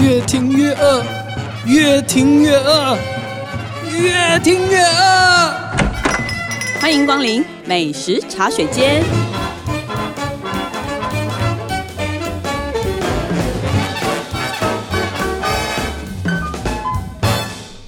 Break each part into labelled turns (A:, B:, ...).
A: 越听越饿，越听越饿，越听越饿。
B: 欢迎光临美食茶水间。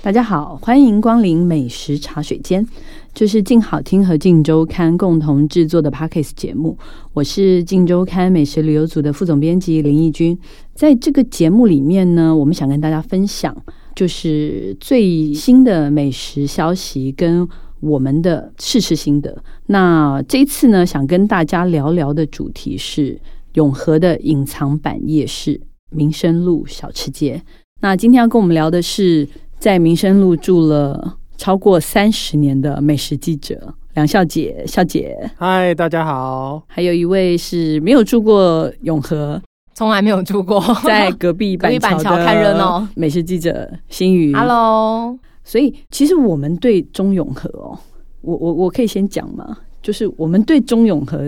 B: 大家好，欢迎光临美食茶水间，这是静好听和静周刊共同制作的 Podcast 节目。我是静周刊美食旅游组的副总编辑林义君。在这个节目里面呢，我们想跟大家分享，就是最新的美食消息跟我们的试吃心得。那这一次呢，想跟大家聊聊的主题是永和的隐藏版夜市民生路小吃街。那今天要跟我们聊的是在民生路住了超过三十年的美食记者梁笑姐，笑姐，
A: 嗨，大家好，
B: 还有一位是没有住过永 和，
C: 从来没有住过。
B: 在隔壁
C: 隔
B: 板
C: 壁板
B: 桥
C: 桥看热闹，
B: 美食记者心宇。
C: Hello，
B: 所以其实我们对中永和哦，我我我可以先讲嘛，就是我们对中永和，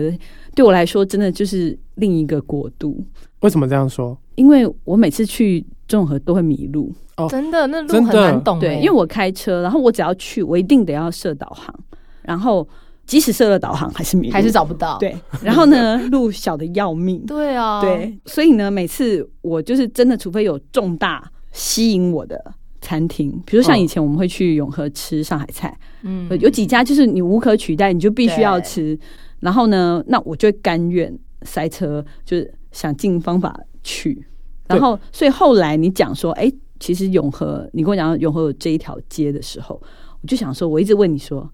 B: 对我来说真的就是另一个国度，
D: 为什么这样说？
B: 因为我每次去中永和都会迷路，
C: 真的那路
D: 哦真
C: 很
D: 的
C: 难懂、欸，
B: 对，因为我开车，然后我只要去，我一定得要设导航，然后即使设了导航还是迷路，
C: 还是找不到。
B: 对，然后呢，路小的要命，
C: 对啊，
B: 对，所以呢，每次我就是真的，除非有重大吸引我的餐厅，比如像
D: 嗯
B: 以前我们会去永和吃上海菜，
C: 嗯
B: 呃有几家就是你无可取代，你就必须要吃。然后呢，那我就会甘愿塞车，就是想尽方法去。然后，所以后来你讲说，哎，其实永和，你跟我讲永和有这一条街的时候，我就想说，我一直问你说，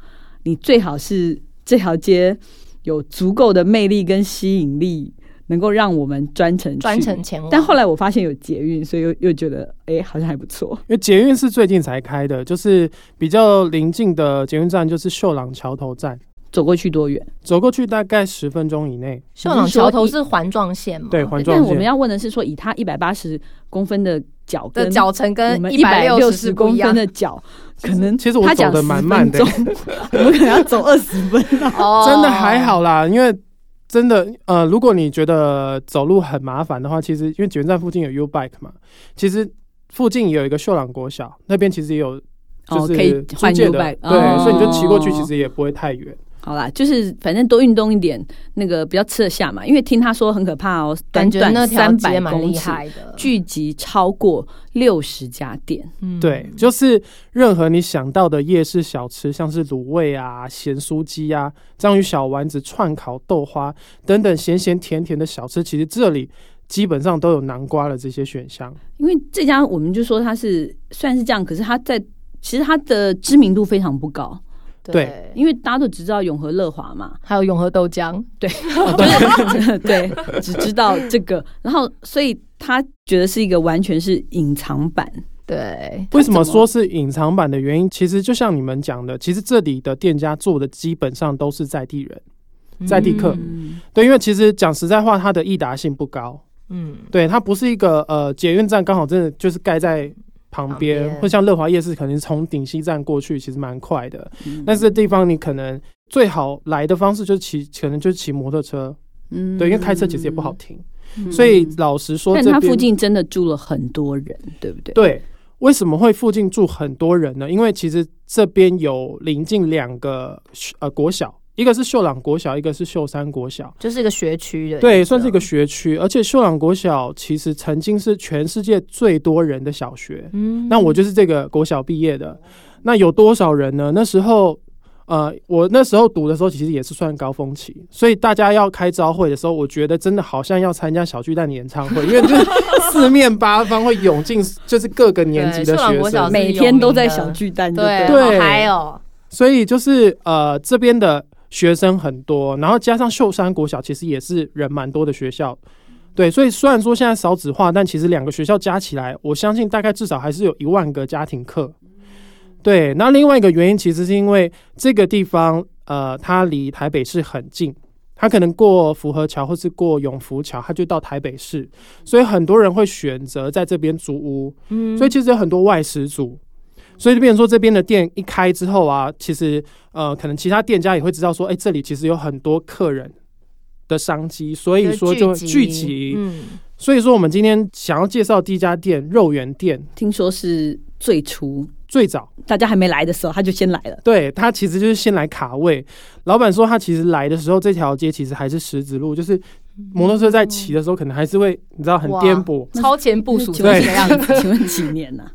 B: 你最好是这条街有足够的魅力跟吸引力，能够让我们专程去
C: 专程。前往。
B: 但后来我发现有捷运，所以又又觉得，哎，好像还不错。
D: 因为捷运是最近才开的，就是比较临近的捷运站就是秀朗桥头站，
B: 走过去多远？
D: 走过去大概十分钟以内。
C: 秀朗桥头是环状线嘛？
D: 对，环
B: 但
D: 状
B: 哦我们
D: 线。
B: 要问的是说，以他一百八十公分的脚
C: 的
B: 跟
C: 脚程
B: 我
C: 跟
B: 们
C: 一百
B: 六
C: 六
B: 十
C: 是不
B: 公
C: 一
B: 分
C: 样
B: 的 脚，可能
D: 其实我
B: 他
D: 走
B: 讲
D: 的蛮慢的
B: 10，分钟我们可能要走二十分钟。
C: 哦
D: 真的还。好啦，因为。真的，呃，如果你觉得走路很麻烦的话，其实因为捷运站附近有 U Bike 嘛，其实附近有一个秀朗国小，那边其实也有就
B: 哦，
D: 是
B: 可以
D: 租
B: 换
D: 借
B: U
D: 的，
B: 拜，
D: 对，
B: 哦
D: 所以你就骑过去，其实也不会太远。
B: 好啦，就是反正多运动一点，那个比较吃得下嘛。因为听他说很可怕哦，短
C: 感觉
B: 短
C: 那条
B: 三
C: 街
B: 百
C: 蛮
B: 公
C: 厉
B: 尺，
C: 害的，
B: 聚集超过六十家店，
C: 嗯
D: 对，就是任何你想到的夜市小吃，像是卤味啊、咸酥鸡啊、章鱼小丸子、串烤豆花等等咸咸甜甜的小吃，其实这里基本上都有南瓜的这些选项。
B: 因为这家我们就说它是虽然是这样，可是它在其实它的知名度非常不高，
C: 对，
B: 因为大家都只知道永和乐华嘛，
C: 还有永和豆浆，
D: 哦
B: 就是对，只知道这个，然后所以他觉得是一个完全是隐藏版，
C: 对，
D: 为什么说是隐藏版的原因？其实就像你们讲的，其实这里的店家做的基本上都是在地人，在地客。
B: 嗯，
D: 对，因为其实讲实在话，它的易达性不高。
C: 嗯，
D: 对，它不是一个呃捷运站，刚好真的就是盖在旁
C: 旁
D: 边，
C: 边
D: 或像乐华夜市，可能从顶溪站过去其实蛮快的。
B: 嗯
D: 但是地方你可能最好来的方式就是骑，可能就是骑摩托车，
B: 嗯
D: 对，因为开车其实也不好。停。
B: 嗯
D: 所以老实说，
B: 但
D: 这
B: 他
D: 边
B: 附近真的住了很多人，对不对？
D: 对。为什么会附近住很多人呢？因为其实这边有临近两个呃国小，一个是秀朗国小，一个是秀山国小。
C: 就是一个学区的，
D: 对，算是
B: 啊
D: 一个，学区，而且秀朗国小其实曾经是全世界最多人的小学。
C: 嗯
D: 那我就是这个国小毕业的，那有多少人呢？那时候，呃，我那时候读的时候，其实也是算高峰期，所以大家要开招会的时候，我觉得真的好像要参加小巨蛋的演唱会，因为就是四面八方会涌进，就是各个年级
C: 对
D: 的
C: 秀朗
D: 学
C: 国小
D: 生
C: 是。
B: 每天都在小巨蛋就
C: 对，啊
B: 了
D: 对
C: 好嗨哦，
D: 所以就是呃，这边的学生很多，然后加上秀山国小其实也是人蛮多的学校，对，所以虽然说现在少子化，但其实两个学校加起来，我相信大概至少还是有一万个家庭课。对，那另外一个原因其实是因为这个地方呃，它离台北市很近。它可能过福和桥或是过永福桥，它就到台北市，所以很多人会选择在这边租屋。
C: 嗯，
D: 所以其实有很多外食族，所以就变成说这边的店一开之后啊，其实呃，可能其他店家也会知道说，哎、这里其实有很多客人的商机，所以说就聚集。
C: 嗯，
D: 所以说我们今天想要介绍第一家店肉圆店，
B: 听说是最初
D: 最早
B: 大家还没来的时候，他就先来了。
D: 对他其实就是先来卡位。老板说他其实来的时候，这条街其实还是石子路，就是摩托车在骑的时候，可能还是会你知道很
C: 嗯哇
D: 颠簸。
C: 超前部署
B: 那
C: 是
B: 请
C: 这
B: 问
D: 对
B: 几
C: 个样 子。
B: 年 请问几年呢、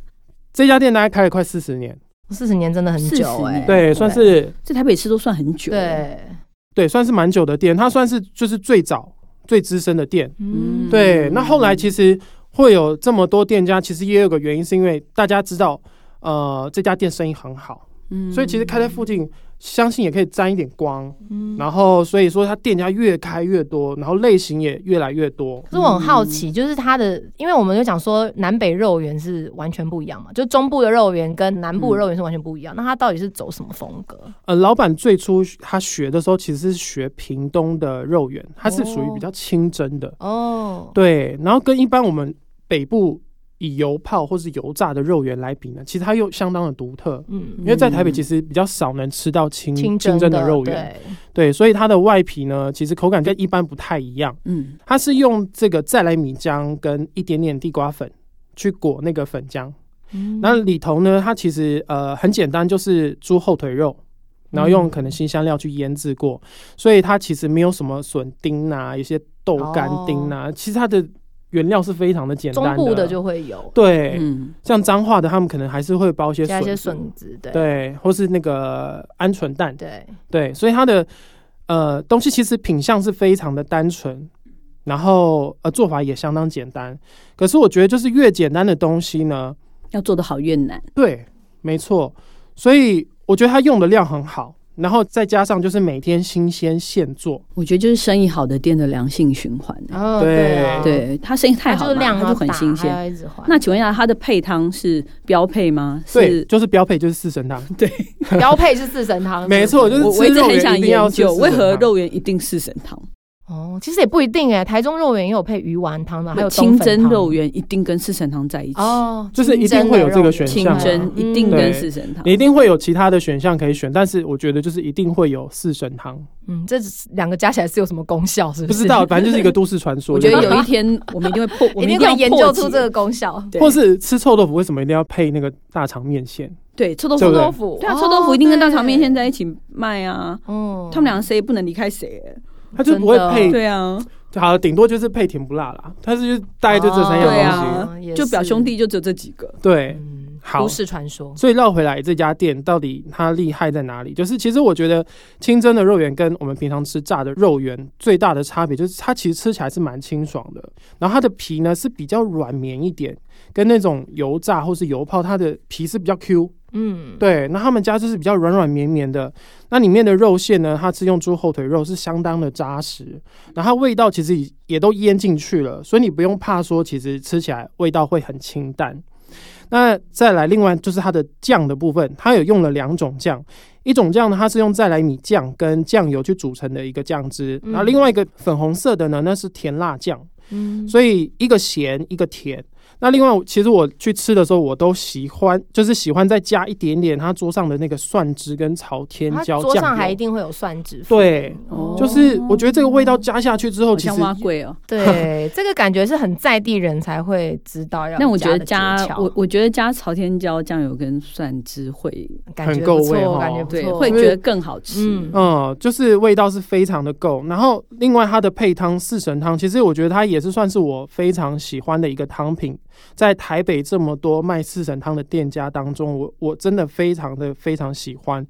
D: 这家店大概开了快四十年，
C: 四十年真的很久
B: 40
C: 哎、
B: 年
D: 对，算是
B: 在台北市都算很久。，
C: 对，
D: 对算是蛮久的店，它算是就是最早最资深的店。
B: 嗯
D: 对，那后来其实会有这么多店家，其实也有个原因，是因为大家知道，呃，这家店生意很好，
B: 嗯
D: 所以其实开在附近，相信也可以沾一点光。
B: 嗯
D: 然后所以说，它店家越开越多，然后类型也越来越多。
C: 可是我很好
B: 嗯
C: 奇，就是它的，因为我们就讲说南北肉圆是完全不一样嘛，就中部的肉圆跟南
B: 嗯
C: 部的肉圆是完全不一样。那它到底是走什么风格？
D: 呃，老板最初他学的时候，其实是学屏东的肉圆，它是属于
B: 哦
D: 比较清蒸的，
C: 哦，
D: 对。然后跟一般我们北部以油泡或是油炸的肉圆来比呢，其实它又相当的独特。
C: 嗯，
D: 因为在台北其实比较少能吃到清
C: 清
D: 蒸
C: 蒸
D: 的肉圆，，对，所以它的外皮呢，其实口感跟一般不太一样。
B: 嗯
D: 它是用这个再来米浆跟一点点地瓜粉去裹那个粉浆，
C: 对
B: 嗯
D: 那里头呢，它其实呃很简单，就是猪后腿肉，然后用
C: 嗯
D: 可能新香料去腌制过，所以它其实没有什么笋丁啊，一些豆干丁啊，其实它的原料是非常的简单
C: 哦中
D: 的。
C: 部的就会有
D: 对，
B: 嗯，
D: 像彰化的他们可能还是会包一些
C: 加一些
D: 笋子，
C: 笋子，对
D: 对，或是那个鹌鹑蛋，
C: 对，
D: 对，所以它的呃东西其实品相是非常的单纯，然后呃做法也相当简单。可是我觉得就是越简单的东西呢，
B: 要做的好越难。
D: 对，没错。所以我觉得它用的量很好，然后再加上就是每天新鲜现做，
B: 我觉得就是生意好的店的良性循环、欸
C: 然后
D: 对
C: 啊
B: 对，它生意太
C: 它
B: 好
C: 就是
B: 了，
C: 量
B: 它
C: 要
B: 就很
C: 大
B: 新鲜。
C: 还要一直换。
B: 那请问一下，它的配汤是标配吗？
D: 对，
B: 是，
D: 就是标配就是四神汤，
C: 标配是四神汤，
D: 没错，就是
B: 我我
D: 吃
B: 一直
D: 肉
B: 很
D: 圆
B: 想
D: 一定要
B: 研
D: 吃
B: 究，
D: 四
B: 为
D: 神
B: 何
D: 汤
B: 肉圆一定四神汤？
C: 哦，其实也不一定哎，台中肉圆也有配鱼丸汤的，还有冬
B: 清
C: 粉
B: 蒸
C: 汤
B: 肉圆一定跟四神汤在一起，
C: 哦，嗯
D: 就是一定会有这个选
B: 清
D: 项啊
B: 蒸一定
D: 对
B: 跟四神汤
D: 你。一定会有其他的选项可以选，但是我觉得就是一定会有四神汤，
C: 嗯，这两个加起来是有什么功效？是
D: 不
C: 是？
D: 知道，反正就是一个都市传说。
B: 我觉得
D: 对不
B: 有
D: 对
B: 一天我们一定会破，我
C: 一
B: 们
C: 定
B: 要
C: 会研究
B: 破解
C: 出这个功效。
B: 对
D: 或是吃臭豆腐为什么一定要配那个大肠面线？
B: 对臭豆
D: 对
B: 腐
D: 不对
C: 豆腐，
B: 对啊，
C: 哦
B: 臭豆腐一定跟大肠面线，
C: 对
B: 在一起卖啊。
C: 嗯
B: 他们两个谁也不能离开谁、欸
D: 它就不会
C: 真的
D: 配，
B: 对啊，
D: 好，顶多就是配甜不辣啦。它是就大概就这三样
B: 对
D: 东西。
B: 啊
C: 哦也，是
B: 就表兄弟就只有这几个。
D: 对，
C: 嗯
D: 好
C: 都市传说，
D: 所以绕回来这家店到底它厉害在哪里？就是其实我觉得清蒸的肉圆跟我们平常吃炸的肉圆最大的差别就是它其实吃起来是蛮清爽的，然后它的皮呢是比较软绵一点，跟那种油炸或是油泡它的皮是比较 Q。
C: 嗯，
D: 对，那他们家就是比较软软绵绵的，那里面的肉馅呢，它是用猪后腿肉，是相当的扎实，然后它味道其实也也都腌进去了，所以你不用怕说其实吃起来味道会很清淡。那再来，另外就是它的酱的部分，它有用了两种酱，一种酱呢，它是用再来米酱跟酱油去组成的一个酱汁，
C: 嗯
D: 然后另外一个粉红色的呢，那是甜辣酱，
C: 嗯，
D: 所以一个咸，一个甜。那另外，其实我去吃的时候，我都喜欢，就是喜欢再加一点点他桌上的那个蒜汁跟朝天
C: 它
D: 椒
C: 桌上
D: 酱
C: 还一
D: 油。
C: 定会有蒜汁粉，
D: 对，
B: 哦
D: 就是我觉得这个味道加下去之后，
B: 好
D: 其
B: 像
D: 实
B: 挖贵哦，
C: 对，这个感觉是很在地人才会知 道要。
B: 但我觉得加
C: 的诀窍
B: 我我觉得加朝天椒、酱油跟蒜汁会，
C: 感觉
D: 很够
C: 不错
D: 味哦
C: 感觉不
B: 对，
C: 错，
B: 会觉得更好吃
C: 嗯。
D: 嗯，就是味道是非常的够。然后另外它的配汤四神汤，其实我觉得它也是算是我非常喜欢的一个汤品。在台北这么多卖四神汤的店家当中，我我真的非常的非常喜欢。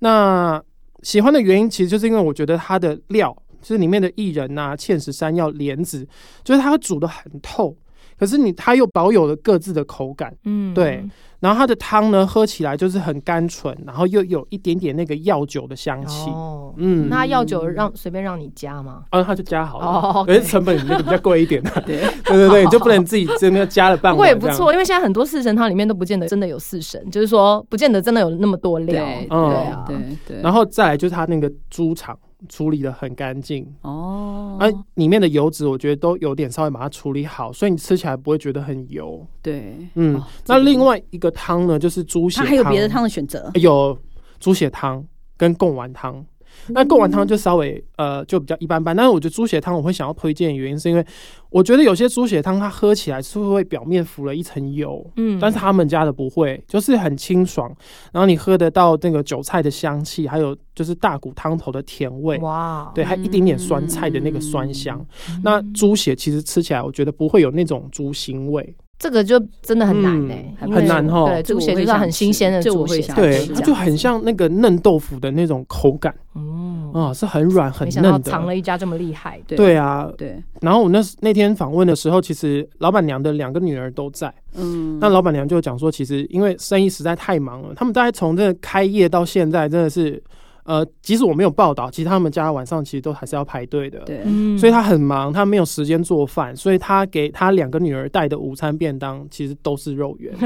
D: 那喜欢的原因，其实就是因为我觉得它的料，就是里面的薏仁啊、芡实、山药、莲子，就是它煮的很透，可是你它又保有了各自的口感。
C: 嗯
D: 对，然后它的汤呢，喝起来就是很甘醇，然后又有一点点那个药酒的香气。
C: 哦，
D: 嗯，
C: 那药酒让随便让你加吗？
D: 啊，他就加好
C: 哦
D: 了，
C: ，OK
D: 可是成本那个比较贵一点 的，
B: 对，
D: 对对对，你就不能自己真的加了半
C: 不过也
D: 碗
C: 不
D: 这样。
C: 错，因为现在很多四神汤里面都不见得真的有四神，就是说不见得真的有那么多料。
B: 对
D: 嗯
B: 对
C: 啊
B: 对对，
D: 然
B: 后
D: 后再来就是它那个猪肠处理的很干净，
B: 哦，
D: 啊，里面的油脂我觉得都有点稍微把它处理好，所以你吃起来不会觉得很油。
B: 对，
D: 嗯
B: 哦，
D: 那另
B: 这个
D: 外一个汤呢，就是猪血
B: 它
D: 汤，
B: 还有别的汤的选择
D: 有猪血汤跟贡丸汤。
C: 嗯
D: 那贡丸汤就稍微呃就比较一般般，但是我觉得猪血汤我会想要推荐的原因，是因为我觉得有些猪血汤它喝起来是会表面浮了一层油，
C: 嗯
D: 但是他们家的不会，就是很清爽，然后你喝得到那个韭菜的香气，还有就是大骨汤头的甜味。
C: 哇，嗯
D: 对，还有一点点酸菜的那个酸香。那猪血其实吃起来，我觉得不会有那种猪腥味，
C: 这个就真的很难
D: 嗯
C: 哎，
B: 很
C: 因为
D: 难哦
C: 对，
B: 这个
C: 猪血
B: 我
C: 就
B: 会
C: 是很
B: 想
C: 新
B: 吃
C: 鲜的
B: 这
C: 猪
B: 我
C: 血
B: 会
C: 才
B: 想
C: 吃这样啊
D: 对
C: 子，
B: 吃
D: 它就很像那个嫩豆腐的那种口感
C: 嗯，
D: 啊、是很软很
C: 没想到
D: 嫩
C: 藏
D: 的。
C: 了一家这么厉害，
B: 对
D: 对啊，
B: 对，
D: 然后我那时那天访问的时候，其实老板娘的两个女儿都在。
B: 嗯，
D: 那老板娘就讲说，其实因为生意实在太忙了，他们大概从这开业到现在，真的是，呃，即使我没有报道，其实他们家晚上其实都还是要排队的。
B: 对，
C: 嗯
D: 所以他很忙，他没有时间做饭，所以他给他两个女儿带的午餐便当其实都是肉圆。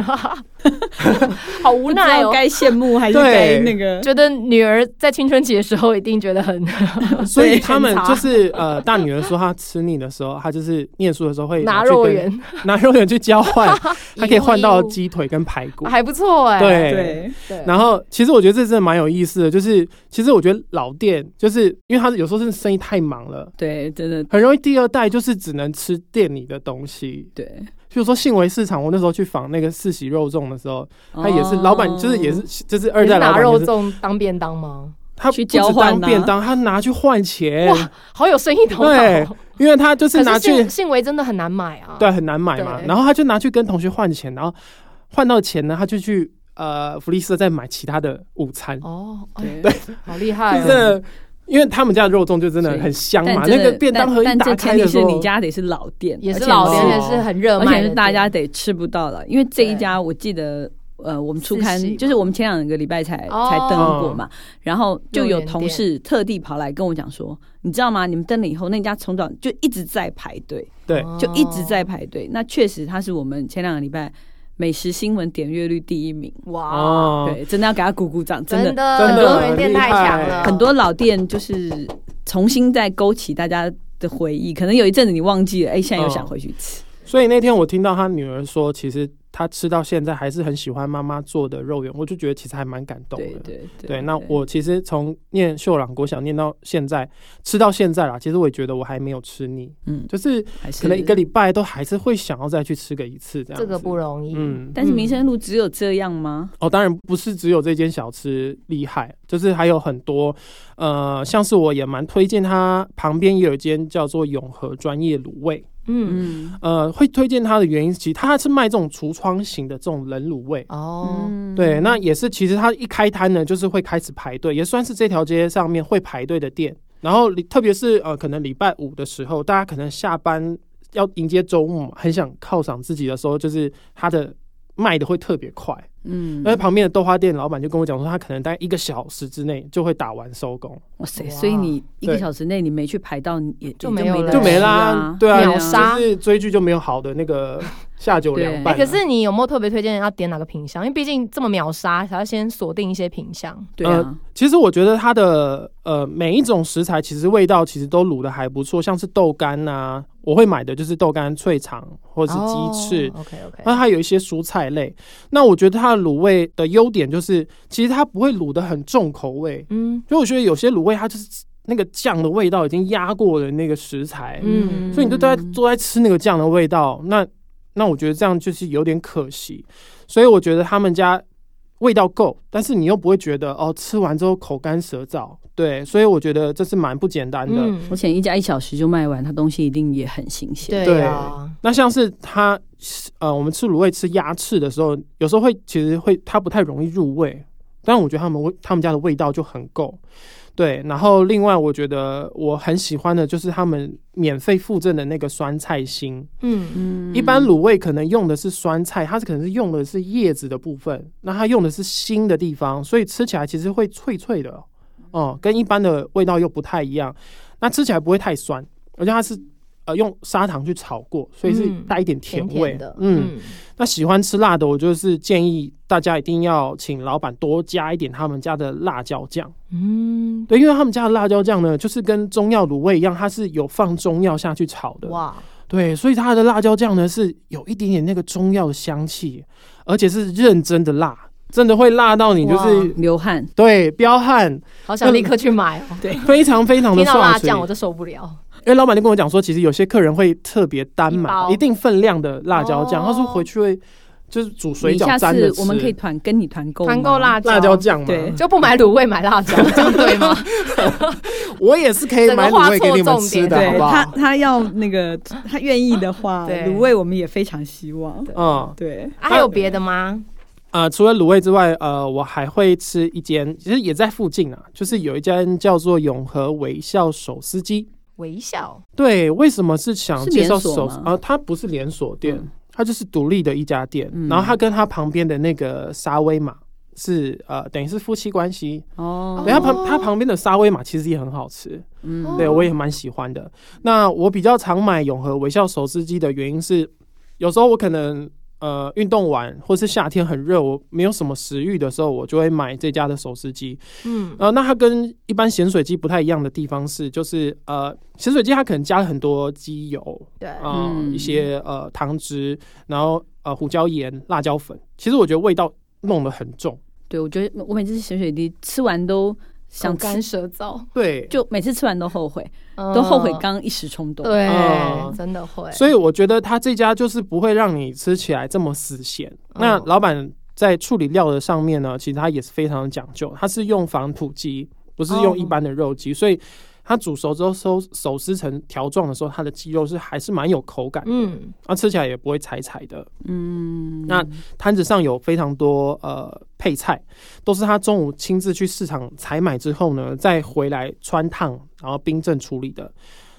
C: 好无
B: 不知
C: 奈
B: 道
C: 哦。
B: 该羡慕还是
D: 对
B: 该那个，
C: 觉得女儿在青春期的时候一定觉得很
D: 所以他们就是呃，大女儿说她吃腻的时候，她就是念书的时候会
C: 拿
D: 去跟
C: 肉，圆，
D: 拿肉圆去交 换，她可以换到
C: 一物一物
D: 鸡腿跟排骨。
C: 还不错哎。
D: 对
B: 对，
C: 对
D: 然后其实我觉得这真的蛮有意思的，就是其实我觉得老店就是因为他有时候真的生意太忙了。
B: 对，真的
D: 很容易，第二代就是只能吃店里的东西，
B: 对，
D: 比如说信维市场，我那时候去访那个四喜肉粽的时候，他也
B: 哦
D: 是老板，就是也是就是二
C: 你
D: 代
C: 是
D: 老
C: 哦拿
D: 板，
C: 肉
D: 就是
C: 粽当便当吗？
D: 他不
B: 去
D: 止
B: 交换
D: 当
B: 啊
D: 便当，他拿去换钱，
C: 哇，好有生意头脑
D: 哎对
C: 哦。
D: 因为他就是拿
C: 可是
D: 去
C: 信信维真的很难买啊。
D: 对，很难买嘛，
C: 对
D: 然后他就拿去跟同学换钱，然后换到钱呢，他就去呃福利社再买其他的午餐，
C: 哦，哎
B: 对，
C: 好厉害
D: 真
C: 哦。
D: 的，因为他们家的肉粽就真的
B: 所以
D: 很香嘛，
B: 但
D: 那
B: 真
D: 个
B: 的
D: 便当盒
B: 但但
D: 一打
B: 这
D: 开
B: 前
D: 的
B: 提
D: 时
B: 是
D: 候，
B: 你家得是老店，
C: 也是
B: 而且
C: 老
D: 是
C: 店，也是很热
B: 而
C: 卖的
B: 且
C: 店，
B: 是大家得吃不到了，因为这一家我记得。呃，我们初刊
C: 四喜嘛
B: 就是我们前两个礼拜才
C: 哦
B: 才登录过嘛，然后就有
C: 肉圆
B: 同事特地跑来跟我讲说，你知道吗？你们登了以后，那家从早就一直在排队，
D: 对
C: 哦
B: 就一直在排队。那确实，它是我们前两个礼拜美食新闻点阅率第一名，
C: 哇，
D: 哦，
B: 对，真的要给他鼓鼓掌，真的
C: 真的，
D: 真的
C: 肉圆店太强
D: 很厉
C: 了，
D: 害
B: 很多老店就是重新再勾起大家的回忆，可能有一阵子你忘记了，哎、
D: 哦
B: 现在又想回去吃。
D: 所以那天我听到他女儿说，其实她吃到现在还是很喜欢妈妈做的肉圆，我就觉得其实还蛮感动的。
B: 对对对
D: 对，那我其实从念秀朗国小念到现在，吃到现在啦，其实我也觉得我还没有吃腻，
B: 嗯，
D: 就是
B: 还是
D: 可能一个礼拜都还是会想要再去吃个一次这样子。
C: 这个不容易。
D: 嗯，
B: 但是民生路只有这样吗？
D: 哦，当然不是只有这间小吃厉害，就是还有很多，呃，像是我也蛮推荐它旁边也有一间叫做永和专业卤味，
C: 嗯，
B: 嗯，
D: 呃，会推荐它的原因，其实它是卖这种橱窗型的这种冷卤味。
C: 哦，
B: 嗯
D: 对，那也是，其实它一开摊呢，就是会开始排队，也算是这条街上面会排队的店。然后里，特别是呃，可能礼拜五的时候，大家可能下班要迎接周末嘛，很想犒赏自己的时候，就是它的卖的会特别快。
B: 嗯
D: 那旁边的豆花店老板就跟我讲说，他可能大概一个小时之内就会打完收工，
B: 哇塞，
C: 哇
B: 所以你一个
D: 对
B: 小时内你没去排到，你也
C: 就
B: 也
C: 没有
B: 没
C: 了
B: 得
D: 就没
B: 吃
D: 啦
B: 啊。。
D: 对啊，
C: 秒杀
D: 就是追剧就没有好的那 个下酒凉
C: 哎、
D: 拌啊。
C: 可是你有没有特别推荐要点哪个品相？因为毕竟这么秒杀，还要先锁定一些品相。
B: 对啊，
D: 其实我觉得它的呃每一种食材其实味道其实都卤的还不错，像是豆干呐、我会买的就是豆干脆肠或者是鸡翅。
C: 哦
D: 啊
C: OK OK，
D: 那它有一些蔬菜类，那我觉得它的卤味的优点就是，其实它不会卤的很重口味，
C: 嗯
D: 所以我觉得有些卤味它就是那个酱的味道已经压过了那个食材，
C: 嗯
D: 所以你就都在都在吃那个酱的味道，那那我觉得这样就是有点可惜，所以我觉得他们家味道够，但是你又不会觉得哦吃完之后口干舌燥，对，所以我觉得这是蛮不简单的。
C: 嗯
B: 而且一家一小时就卖完，它东西一定也很新鲜。
C: 对啊，
D: 那像是它呃，我们吃卤味吃鸭翅的时候，有时候会其实会它不太容易入味，但我觉得他们味他们家的味道就很够。对，然后另外我觉得我很喜欢的就是他们免费附赠的那个酸菜心，
C: 嗯，
B: 嗯
D: 一般卤味可能用的是酸菜，它是可能是用的是叶子的部分，那它用的是心的地方，所以吃起来其实会脆脆的，哦、跟一般的味道又不太一样。那吃起来不会太酸，而且它是呃用砂糖去炒过，所以是
C: 嗯
D: 带一点
C: 甜
D: 味。
C: 甜的，
D: 嗯，那喜欢吃辣的，我就是建议大家一定要请老板多加一点他们家的辣椒酱。
C: 嗯，
D: 对，因为他们家的辣椒酱呢，就是跟中药卤味一样，它是有放中药下去炒的。
C: 哇，
D: 对，所以它的辣椒酱呢是有一点点那个中药的香气，而且是认真的辣，真的会辣到你，就
C: 哇
D: 是
B: 流汗，
D: 对彪悍，
C: 好想立刻去买哦。对，
D: 非常非常的
C: 听到
D: 爽
C: 辣
D: 脆。
C: 酱我都受不了。
D: 因为老板就跟我讲说，其实有些客人会特别单
C: 一包
D: 买一定分量的辣椒酱，
C: 哦
D: 他说回去会就是煮水
B: 你
D: 饺
B: 下
D: 沾着
B: 次
D: 吃。
B: 我们可以团跟你团购吗，
C: 团购辣椒，
D: 辣椒酱嘛，
B: 对
C: 就不买卤味，买辣 椒，这样对吗？
D: 我也是可以买卤味给你们吃的，好不
C: 整个
E: 他
D: 好？
E: 他要那个他愿意的话，
C: 对
E: 卤味我们也非常希望。
D: 嗯
E: 对，
C: 啊还有别的吗？
D: 啊，除了卤味之外，呃，我还会吃一间，其实也在附近啊，就是有一间叫做永和微笑手撕鸡。
C: 微笑
D: 对，为什么是想
B: 是
D: 介绍
B: 连锁
D: 手
B: 吗
D: 啊、它不是连锁店，
B: 嗯
D: 它就是独立的一家店。
B: 嗯
D: 然后它跟它旁边的那个沙威玛是呃，等于是夫妻关系。
B: 哦
D: 对，它旁它旁边的沙威玛其实也很好吃，
B: 嗯
C: 哦
D: 对我也蛮喜欢的。那我比较常买永和微笑手撕鸡的原因是，有时候我可能呃运动完，或是夏天很热，我没有什么食欲的时候，我就会买这家的手撕鸡。
C: 嗯，
D: 呃，那它跟一般咸水鸡不太一样的地方是，就是呃，咸水鸡它可能加了很多鸡油
C: 对，
D: 啊、
B: 嗯
D: 一些呃糖汁，然后呃胡椒盐、辣椒粉，其实我觉得味道弄得很重。
B: 对，我觉得我每次咸水鸡吃完都想
C: 口干
B: 吃，
C: 舌燥，
D: 对，
B: 就每次吃完都后悔，
C: 都
B: 都后悔刚一时冲动。
C: 哦对
D: 嗯，
C: 真的会。
D: 所以我觉得它这家就是不会让你吃起来这么死咸。那
C: 嗯
D: 老板在处理料的上面呢，其实他也是非常讲究，他是用防土鸡，不是
C: 哦
D: 用一般的肉鸡，所以它煮熟之后收手撕成条状的时候，它的鸡肉是还是蛮有口感的，
C: 嗯，
D: 那吃起来也不会柴柴的。
B: 嗯，
D: 那摊子上有非常多呃配菜，都是他中午亲自去市场采买之后呢，再回来穿烫，然后冰镇处理的。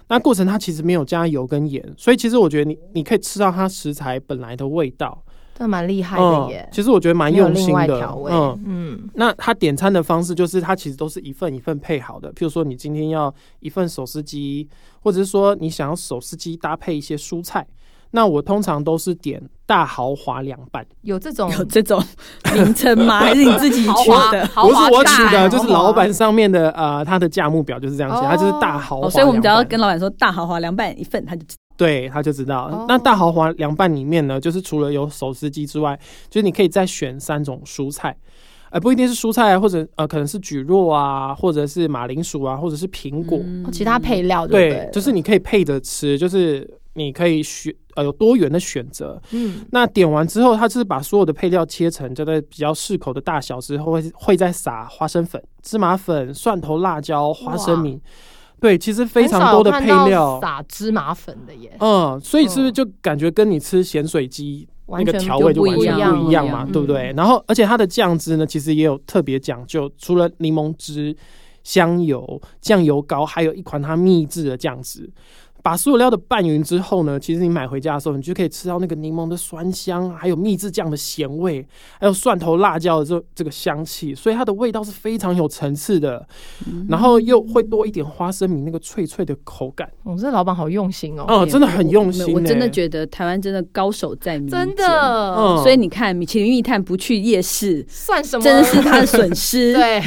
D: 那过程它其实没有加油跟盐，所以其实我觉得你你可以吃到它食材本来的味道，
C: 这蛮厉害的
D: 嗯
C: 耶，，
D: 其实我觉得蛮
C: 没有
D: 用心
C: 另外
D: 的
C: 调，味。
D: 嗯。
C: 嗯，
D: 那他点餐的方式就是，他其实都是一份一份配好的。譬如说，你今天要一份手撕鸡，或者是说你想要手撕鸡搭配一些蔬菜，那我通常都是点大豪华凉拌。
C: 有这种
B: 有这种名称 吗？还是你自己
C: 豪
B: 取
C: 华
B: 的？
C: 豪
D: 不
C: 华
D: 是我取
C: 大
D: 的，
C: 豪
D: 就是
C: 华
D: 老板上面的呃，他的价目表就是这样写，
C: 哦
D: 他就是大豪华凉拌、
B: 哦，所以我们只要跟老板说大豪华凉拌一份，他就知
D: 对他就知道。
C: 哦
D: 那大豪华凉拌里面呢，就是除了有手撕鸡之外，就是你可以再选三种蔬菜。呃，不一定是蔬菜，或者呃，可能是蒟蒻啊，或者是马铃薯啊，或者是苹果，
B: 嗯
C: 哦其他配料对不
D: 对，就是你可以配着吃，就是你可以选呃有多元的选择。
C: 嗯，
D: 那点完之后，它就是把所有的配料切成就在比较适口的大小之后，会会再撒花生粉、芝麻粉、蒜头、辣椒、花生米。对，其实非常多的配
C: 很少有看到
D: 料。
C: 撒芝麻粉的耶，
D: 嗯，所以是不是就感觉跟你吃咸水鸡那
C: 完
D: 个
C: 全
D: 调味就完
B: 不
D: 全
B: 一样嗯
D: 不一样嘛
C: 不一样，
D: 对不对？然后，而且它的酱汁呢，其实也有特别讲究，除了柠檬汁、香油、酱油膏，还有一款它秘制的酱汁。把所有料的拌匀之后呢，其实你买回家的时候，你就可以吃到那个柠檬的酸香，还有秘制酱的咸味，还有蒜头、辣椒的这这个香气，所以它的味道是非常有层次的，
B: 嗯
D: 然后又会多一点花生米那个脆脆的口感，
C: 我哦这老板好用心哦，
D: 哦、真的很用
B: 我
D: 心、
B: 我真的
D: 欸
B: 觉得台湾真的高手在民
C: 真
B: 间。
C: 的
D: 嗯
B: 所以你看，米其林密探不去夜市，
C: 算什么？
B: 真的是他的损 失。
C: 对，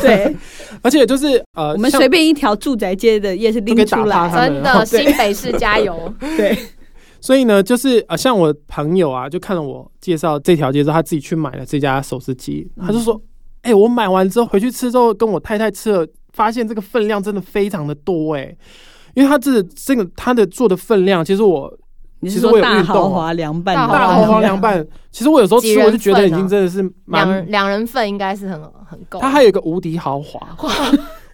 B: 对，
D: 而且就是呃，
B: 我们
D: 像
B: 随便一条住宅街的夜市
D: 都
B: 拎
D: 可以
B: 出
D: 打
B: 来
D: 趴，他
C: 真
D: 们。
C: 的新北市加油，
D: 所以呢，就是呃，像我朋友啊，就看了我介绍这条街之后，他自己去买了这家手撕鸡，他就
C: 嗯
D: 说：“哎、我买完之后回去吃之后，跟我太太吃了，发现这个分量真的非常的多哎、因为他这这个他的做的分量，其实我
B: 你
D: 其
B: 是
D: 实我
B: 说
D: 有
B: 大
D: 运动
B: 豪
D: 哦
B: 华凉拌
C: 大
B: 吗？
D: 大
C: 豪
D: 红
C: 华
D: 黄凉拌，其实我有时候
C: 几
D: 吃
C: 人
D: 我就觉得已
C: 份啊
D: 经真的是
C: 两
D: 蛮
C: 人两人份应该是很很够。
D: 它还有一个无敌豪 华，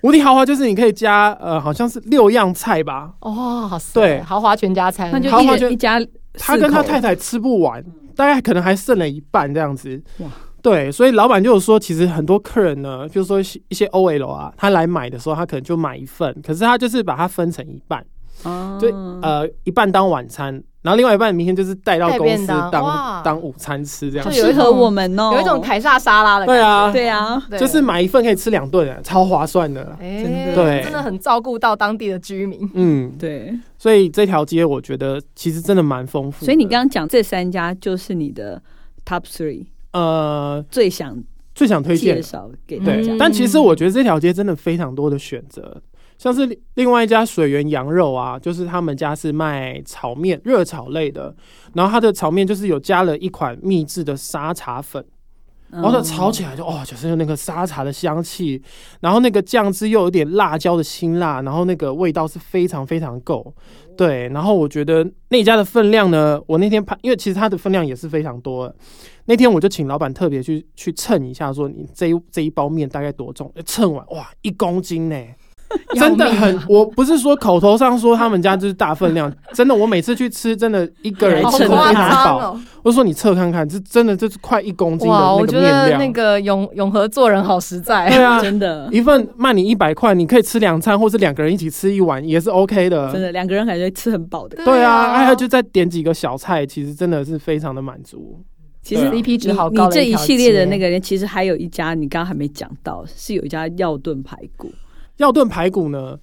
D: 无敌豪华就是你可以加呃，好像是六样菜吧，
C: 哦，好塞
D: 对
C: 豪华全家餐，
B: 那就
D: 豪华
B: 一
D: 就
B: 人一家四口，
D: 他跟他太太吃不完，大概可能还剩了一半这样子
B: 哇。
D: 对，所以老板就有说，其实很多客人呢，比如说一些一些 OL 啊，他来买的时候，他可能就买一份，可是他就是把它分成一半，
B: 哦，
D: 就呃一半当晚餐，然后另外一半明天就是带到
C: 带
D: 公
C: 便
D: 司
C: 当哇
D: 当当午餐吃这样
B: 好
C: 就
D: 子。
C: 有
B: 适
C: 一种
B: 合我们哦，
C: 有一种凯撒沙拉的感
D: 对
C: 觉，
D: 啊，
B: 对啊，
C: 对
D: 就是买一份可以吃两顿啊，超划算的。
C: 哎
E: 真的
D: 对
C: 真的很照顾到当地的居民。
D: 嗯，
B: 对。
D: 所以这条街我觉得其实真的蛮丰富的。
B: 所以你刚刚讲这三家就是你的 top three
D: 呃
B: 最想
D: 最想推荐
B: 介
D: 的
B: 绍给大
D: 对
B: 家
C: 嗯，
D: 但其实我觉得这条街真的非常多的选择，像是另外一家水源羊肉啊，就是他们家是卖炒面热炒类的，然后它的炒面就是有加了一款秘制的沙茶粉，
F: 然
D: 然
C: 嗯
D: 后它炒起来就哦，就是有那个沙茶的香气，然后那个酱汁又有点辣椒的辛辣，然后那个味道是非常非常
C: 哦
D: 够。对，然后我觉得那家的分量呢，我那天拍，因为其实它的分量也是非常多的。那天我就请老板特别去去称一下，说你这一这一包面大概多重？称完哇，一公斤 呢、真的
C: 要命
D: 很
C: 啊，
D: 我不是说口头上说他们家就是大分量，真的，我每次去吃，真的一个人
F: 好
D: 吃
F: 称
D: 不
F: 夸
D: 一
F: 张
D: 饱。
C: 哦！
D: 我就说你测看看，这真的这是快一公斤的
C: 哇，
D: 那
C: 我
D: 个
C: 觉
D: 面
C: 得
D: 料，
C: 那个永永和做人好实在，
D: 对 啊，
B: 真的
D: 一份卖你一百块，你可以吃两餐，或是两个人一起吃一碗也是 OK 的。
B: 真的两个人感觉吃很饱的，
D: 对啊，哎，就再点几个小菜，其实真的是非常的满足。
B: 其实
D: 对啊
C: CP 值
B: 你
C: 好
B: 你
C: 高的
B: 这
C: 一
B: 一
C: 条
B: 系列的
C: 街
B: 那个人，其实还有一家你刚刚还没讲到，是有一家药炖排骨，
D: 药炖排骨呢，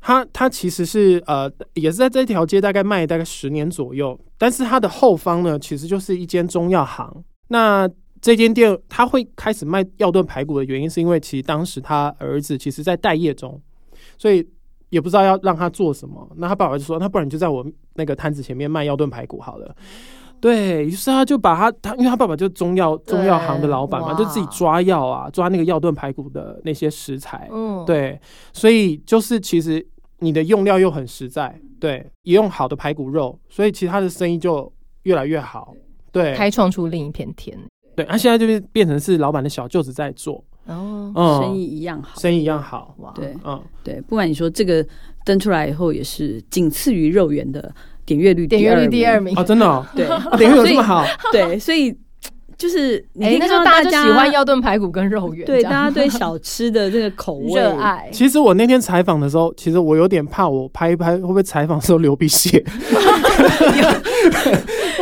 D: 它它其实是呃，也是在这条街大概卖大概十年左右，但是它的后方呢，其实就是一间中药行。那这间店它会开始卖药炖排骨的原因，是因为其实当时他儿子其实在待业中，所以也不知道要让他做什么。那他爸爸就说：“那不然你就在我那个摊子前面卖药炖排骨好了。”对于是，他就把他他，因为他爸爸就是中药中药行的老板嘛，
C: 哇
D: 就自己抓药啊，抓那个药炖排骨的那些食材。
C: 嗯，
D: 对，所以就是其实你的用料又很实在，对，也用好的排骨肉，所以其实他的生意就越来越好。对，
C: 开创出另一片天。
D: 对，他、现在就变变成是老板的小舅子在做，
C: 哦，
D: 嗯，
B: 生意一样好。
D: 生意一样好，
C: 哇，
B: 对
D: 嗯，
B: 对，不管你说这个登出来以后，也是仅次于肉圆的点阅率
C: 点阅率第二
B: 名。
C: 名
D: 哦，。真的哦，
B: 对
D: 啊等于有这么好，
B: 对，所以就是你可
C: 哎
B: 以，
C: 那
B: 看
C: 就
B: 到
C: 大
B: 大
C: 家就喜欢。药炖排骨跟肉圆，
B: 对，
C: 这
B: 大
C: 样
B: 家对小吃的 这个口味
C: 热爱。
D: 其实我那天采访的时候，其实我有点怕，我拍一拍会不会采访的时候流鼻血？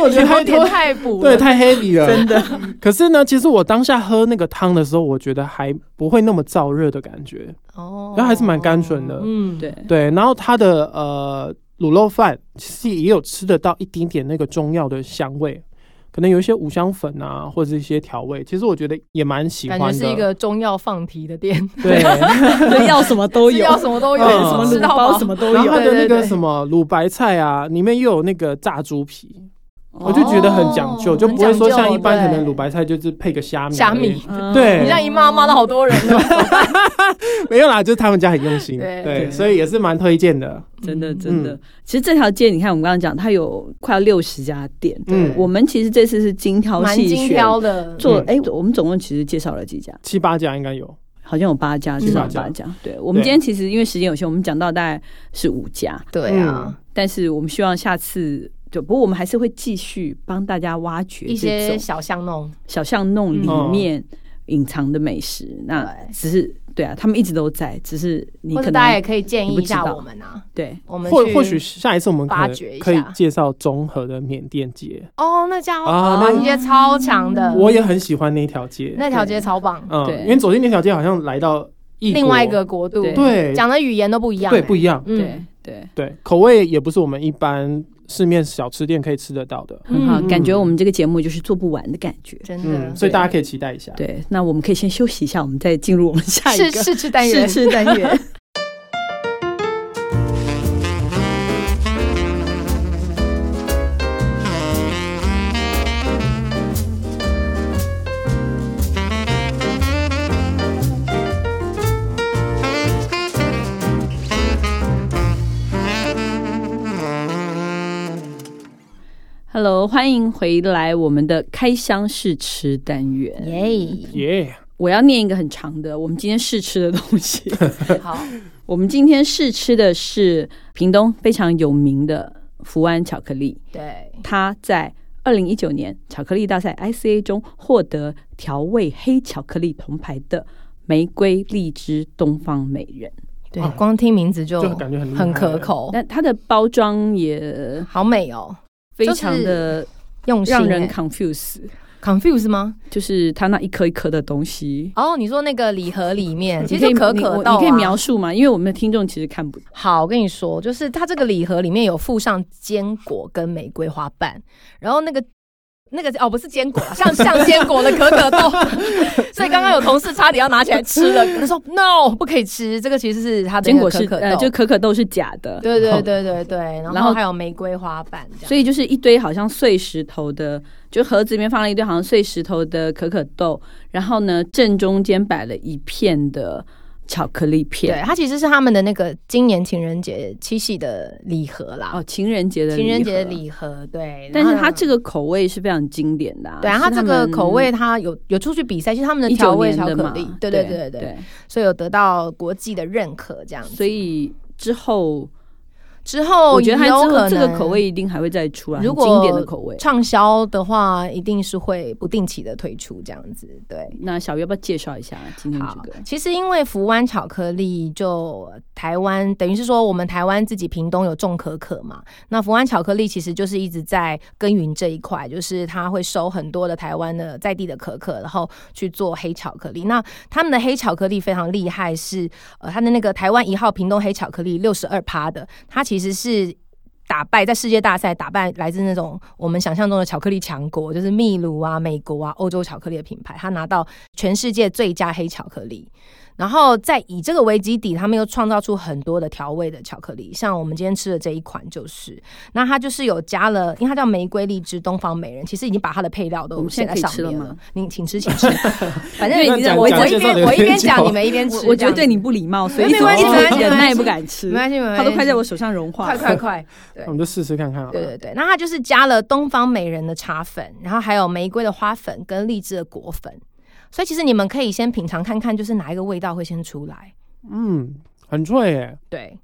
D: 我觉得
C: 有
D: 太
C: 点
D: 多，
C: 太补了，
D: 对，太 heavy 了，
B: 真的
D: 可是呢，其实我当下喝那个汤的时候，我觉得还不会那么燥热的感觉，
C: 哦
D: 然后还是蛮甘醇的
C: 嗯，
B: 对，
D: 对。然后它的呃卤肉饭其实也有吃得到一点点那个中药的香味，可能有一些五香粉啊，或者是一些调味，其实我觉得也蛮喜
C: 感
D: 欢
C: 觉
D: 的。
C: 是一个中药放题的店，
D: 对，然
B: 所以要什么都
C: 是
B: 有，
C: 要什么都有，
D: 嗯
B: 什么
D: 嗯
C: 吃
B: 卤
C: 到
B: 包
C: 饱
B: 什么都有
D: 后。它的那
C: 对对
D: 个
C: 对
D: 什么卤白菜啊，里面又有那个炸猪皮，我就
B: 哦
D: 觉得很讲究，
C: 哦
D: 就不会说像一般
C: 很讲
D: 可
C: 究
D: 能卤白菜就是配个虾米而已。
C: 虾米。
B: 嗯
D: 对
C: 你这样一骂骂到好多人了，
D: 没有啦，就是他们家很用心，
C: 对
D: 对，
B: 对
D: 所以也是蛮推荐的。
B: 真的
C: 嗯
B: 真的。其实这条街，你看我们刚刚讲，它有快要六十家店。
D: 嗯，
B: 我们其实这次是精挑
C: 蛮
B: 细
C: 精
B: 选，
C: 挑的。
B: 做
D: 嗯
B: 哎，我们总共其实介绍了几家，
D: 七八家应该有。
B: 好像有八家，
C: 嗯
B: 至少有
D: 八家
B: 八家。对我们今天其实因为时间有限，我们讲到大概是五家，
C: 对啊，
D: 嗯
B: 但是我们希望下次。就不过我们还是会继续帮大家挖掘
C: 一
B: 这
C: 些
B: 种
C: 小巷弄，
B: 小巷弄里
D: 嗯
B: 面隐藏的美食，那
C: 对
B: 只是对啊，他们一直都在，只是你
C: 或
B: 可
C: 者大家也
B: 能
C: 可以建议
B: 你不
C: 一
B: 知
C: 下
B: 道
C: 我们啊，
B: 对
C: 我们
D: 或
C: 去
D: 或许下一次我们可
C: 发
D: 能
C: 掘一下
D: 可以介绍中和的缅甸街，
C: 哦，那家
D: 啊
C: 哦
D: 那
C: 那街超强的，
D: 我也很喜欢那条街。
C: 那条街超棒，
D: 嗯，
B: 对
D: 因为走进那条街好像来到异国
C: 另外一个国度，
B: 对
D: 对
C: 讲的语言都不一样，
D: 对不
C: 一
D: 一样，
B: 对
C: 嗯，
B: 对，
D: 对口味也不是我们一般市面小吃店可以吃得到的，
B: 很好
C: 嗯，
B: 感觉我们这个节目就是做不完的感觉。
C: 真
D: 嗯，
C: 的
D: 所以大家可以期待一下。
B: 对，那我们可以先休息一下，我们再进入我们下一
C: 是
B: 个
C: 是吃单元，
B: 试吃单元。Hello，欢迎回来我们的开箱试吃单元。
C: 耶，
D: 耶，
B: 我要念一个很长的，我们今天试吃的东西。
C: 好，
B: 我们今天试吃的是屏东非常有名的福安巧克力，
C: 对，
B: 它在二零一九年巧克力大赛 ICA 中获得调味黑巧克力铜牌的玫瑰荔枝东方美人。
C: 对
D: 啊，
C: 光听名字就
D: 就感觉很厉害
C: 很可。口，
B: 那它的包装也
C: 好美哦，
B: 非常的
C: 用心
B: 让人
C: 欸
B: confuse，
C: confuse 吗？
B: 就是它那一颗一颗的东西。
C: 哦，你说那个礼盒里面，其
B: 你可
C: 实
B: 以
C: 就可
B: 你
C: 可
B: 我
C: 豆、啊
B: 你可以描述吗？因为我们的听众其实看不到。
C: 好，我跟你说，就是它这个礼盒里面有附上坚果跟玫瑰花瓣，然后那个那个哦，不是 坚果啊，像像坚果的可可豆，所以刚刚有同事差点要拿起来吃了，他说 no 不可以吃，这个其实是它的
B: 坚
C: 那
B: 果
C: 个
B: 是
C: 可可
B: 呃，
C: 豆，
B: 就可可豆是假的，
C: 对对对对对，然
B: 然
C: 后
B: 后
C: 还有玫瑰花瓣这样，
B: 所以就是一堆好像碎石头的，就盒子里面放了一堆好像碎石头的可可豆，然后呢正中间摆了一片的巧克力
C: 对
B: 片。
C: 它其实是他们的那个今年情人节七夕的礼盒啦，
B: 哦，情人节的
C: 情人节的
B: 礼盒，
C: 礼盒对，
B: 但是
C: 然后
B: 它这个口味是非常经典的、啊。
C: 对啊，它
B: 它
C: 这个口味它有有出去比赛，就是他们的
B: 一
C: 调
B: 九
C: 味
B: 年
C: 巧
B: 的
C: 克
B: 嘛
C: 力，，对
B: 对
C: 对对对，
B: 对，
C: 所以有得到国际的认可这样子，
B: 所以之后
C: 之后
B: 我觉得它之
C: 哦有可
B: 后
C: 能
B: 这个口味一定还会再出来，
C: 如
B: 很
C: 果
B: 经典的口味。
C: 畅销的话，一定是会不定期的推出这样子。对，
B: 那小鱼要不要介绍一下今天
C: 好
B: 这个？，
C: 嗯其实因为福湾巧克力就台湾，等于是说我们台湾自己屏东有种可可嘛，那福湾巧克力其实就是一直在耕耘这一块，就是它会收很多的台湾的在地的可可，然后去做黑巧克力。那他们的黑巧克力非常厉害是，呃，它的那个台湾一号屏东黑巧克力六十二趴的，它其实是。打败在世界大赛打败来自那种我们想象中的巧克力强国，就是秘鲁啊、美国啊、欧洲巧克力的品牌，它拿到全世界最佳黑巧克力。然后再以这个为基底，他们又创造出很多的调味的巧克力，像我们今天吃的这一款就是。那它就是有加了，因为它叫玫瑰荔枝东方美人，其实已经把它的配料
B: 我
C: 都
B: 们
C: 写
B: 现
C: 在
B: 在
C: 上
B: 可以吃
C: 面
B: 了吗
C: 您请吃，请吃。反正
D: 因为
C: 你
D: 讲
C: 我
D: 讲
C: 我
D: 介
C: 一
D: 绍的
C: 边
D: 有
C: 我一
D: 点
C: 边讲，
D: 久
C: 你们一边吃。
B: 我我觉得
C: 这
B: 对
C: 样
B: 你不礼貌，所以
C: 没
B: 一直
C: 关系没关系
B: 一直忍
C: 没关
B: 耐
C: 系
B: 不敢吃
C: 没，关系，没关系，
B: 它都快在我手上融化
C: 快
B: 了。
C: 快快！
D: 我们就试试看看好
C: 对
D: 了。
C: 对对，那它就是加了东方美人的茶粉，然后还有玫瑰的花粉跟荔枝的果粉，所以其实你们可以先品尝看看，就是哪一个味道会先出来。
D: 嗯，很脆耶，
C: 对，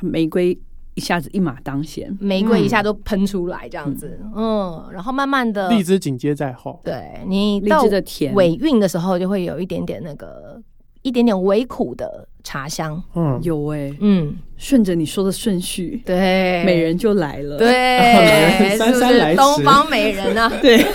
B: 玫瑰一下子一马当先，
C: 玫瑰
B: 嗯
C: 一下都喷出来这样子，嗯然后慢慢的，
D: 荔枝紧接在后。
C: 对你
B: 荔
C: 到
B: 枝的甜，
C: 尾韵的时候就会有一点点那个一点点微苦的茶香，
D: 嗯，
B: 有哎、
C: 嗯，
B: 顺着你说的顺序，
C: 对，
B: 美人就来了。，
C: 对，
D: 姗
C: 是不
D: 姗来迟
C: 是东方美 人啊？
B: 对。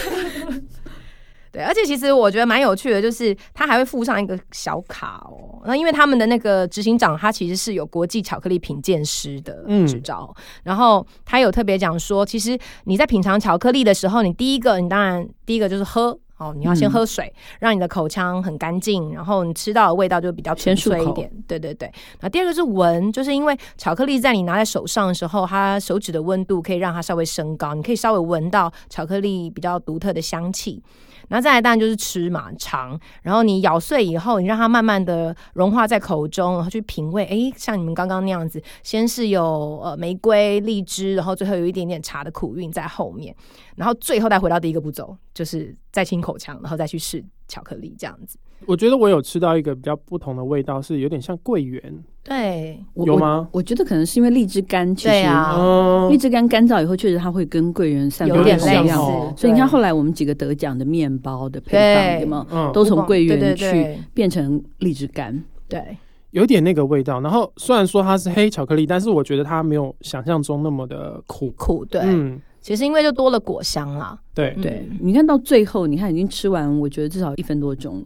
C: 对，而且其实我觉得蛮有趣的，就是他还会附上一个小卡哦。那因为他们的那个执行长，他其实是有国际巧克力品鉴师的
D: 嗯
C: 执照，然后他有特别讲说，其实你在品尝巧克力的时候，你第一个，你当然第一个就是喝。哦，你要先
B: 嗯
C: 喝水，让你的口腔很干净，然后你吃到的味道就比较
B: 先漱
C: 纯粹一
B: 口
C: 点。对对对，那第二个是闻，就是因为巧克力在你拿在手上的时候，它手指的温度可以让它稍微升高，你可以稍微闻到巧克力比较独特的香气。然后再来当然就是吃嘛，尝，然后你咬碎以后，你让它慢慢的融化在口中，然后去品味。诶，像你们刚刚那样子，先是有呃玫瑰、荔枝，然后最后有一点点茶的苦韵在后面，然后最后再回到第一个步骤，就是再清口腔，然后再去试巧克力这样子。
D: 我觉得我有吃到一个比较不同的味道，是有点像桂圆，
C: 对，
B: 我
D: 有？吗？
B: 我我觉得可能是因为荔枝干，其实、
C: 对啊
D: 嗯
B: 荔，枝干干燥以后，确实它会跟桂圆散发
D: 有
C: 有
D: 点
B: 不
C: 点
B: 一
C: 类
D: 像
C: 似
B: 样。
D: 哦。
B: 所以你看，后
C: 来
B: 来我们几个得奖的面包的配方，
C: 对
B: 有没有
D: 嗯，
B: 都从桂
C: 对
B: 圆
C: 对
B: 去
C: 对
B: 变成荔枝干？
C: 对，
D: 有点那个味道。然后虽然说它是黑巧克力，但是我觉得它没有想象中那么的苦。
C: 苦对，
D: 嗯，
C: 其实因为就多了果香啦。
D: 对，
B: 对
C: 嗯，
B: 你看到最后，你看已经吃完，我觉得至少一分多钟了。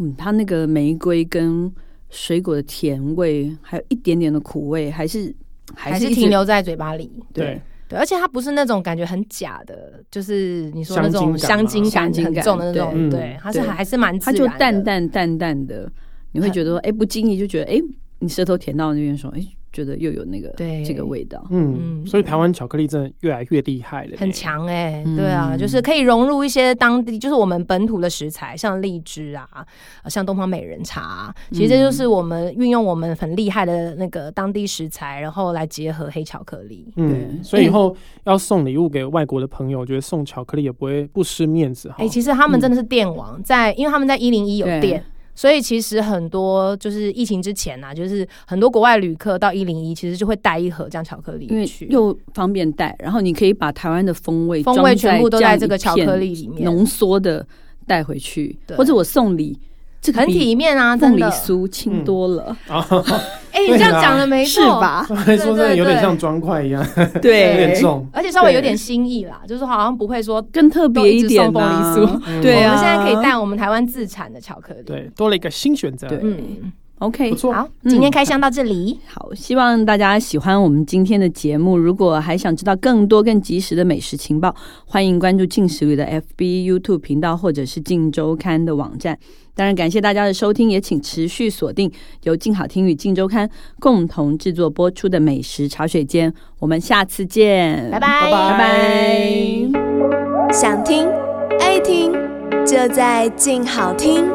B: 嗯，它那个玫瑰跟水果的甜味，还有一点点的苦味，还是
C: 还
B: 还
C: 是
B: 一直
C: 停留在嘴巴里。
D: 对，
C: 对，而且它不是那种感觉很假的，就是你说那种香
D: 香
C: 精
D: 精
C: 感
B: 感嘛
C: 很重的
B: 香
C: 那
B: 精感
C: 种，
D: 对
C: 对
D: 嗯，
C: 它是
B: 对
C: 还是蛮自
B: 它
C: 然
B: 就
C: 的嗯
B: 淡。淡淡淡的，你会
C: 很
B: 觉得说，哎，不经意就觉得，哎，你舌头舔到那边的时候，哎，觉得又有那个
C: 对
B: 这个味道。
D: 嗯，
C: 嗯
D: 所以台湾巧克力真的越来越厉害了，
C: 很。强哎、
B: 嗯
C: 对啊，就是可以融入一些当地，就是我们本土的食材，像荔枝啊，呃像东方美人茶、啊，其实这就是我们运用我们很厉害的那个当地食材，然后来结合黑巧克力。
D: 嗯，
B: 对
D: 所以以后要送礼物给外国的朋友，我觉得送巧克力也不会不失面子哈
C: 哎、。其实他们真的是店王，在因为他们在一零一有
B: 嗯对
C: 店，所以其实很多就是疫情之前啊，就是很多国外旅客到一零一，其实就会带一盒这样巧克
B: 因
C: 力
B: 为
C: 去，
B: 又方便带，然后你可以把台湾的风味
C: 风
B: 装
C: 味全部都
B: 样
C: 在
B: 一
C: 这个巧克
B: 片
C: 力里面，
B: 浓缩的带回去
C: 对，
B: 或者我送礼，这个
C: 很
B: 比
C: 体面啊，真
B: 凤梨
C: 的。嗯
B: 酥轻多了，
D: 啊，
C: 哎，你这样讲的没错，
B: 是？吧？
D: 说真的有点
C: 对
D: 像砖块一样，有
C: 对
D: 点重。
C: 而且稍微有点新意啦，就是好像不会说。
B: 更特别一点啊呢、
C: 都一直送凤梨
D: 嗯
B: 对
C: 我
B: 啊
C: 们现在可以带我们台湾自产的巧克力。
D: 对，多了一个新选择。
B: 对
C: 嗯，
B: OK，
D: 不错。
C: 好，
B: 嗯
C: 今天开箱到这里，
B: 好，希望大家喜欢我们今天的节目。如果还想知道更多更及时的美食情报，欢迎关注进食旅的 FB、YouTube 频道或者是静周刊的网站。当然，感谢大家的收听，也请持续锁定由静好听与静周刊共同制作播出的《美食茶水间》。我们下次见，
C: 拜嗯拜，
B: 拜拜
G: 想听爱听，就在静好听。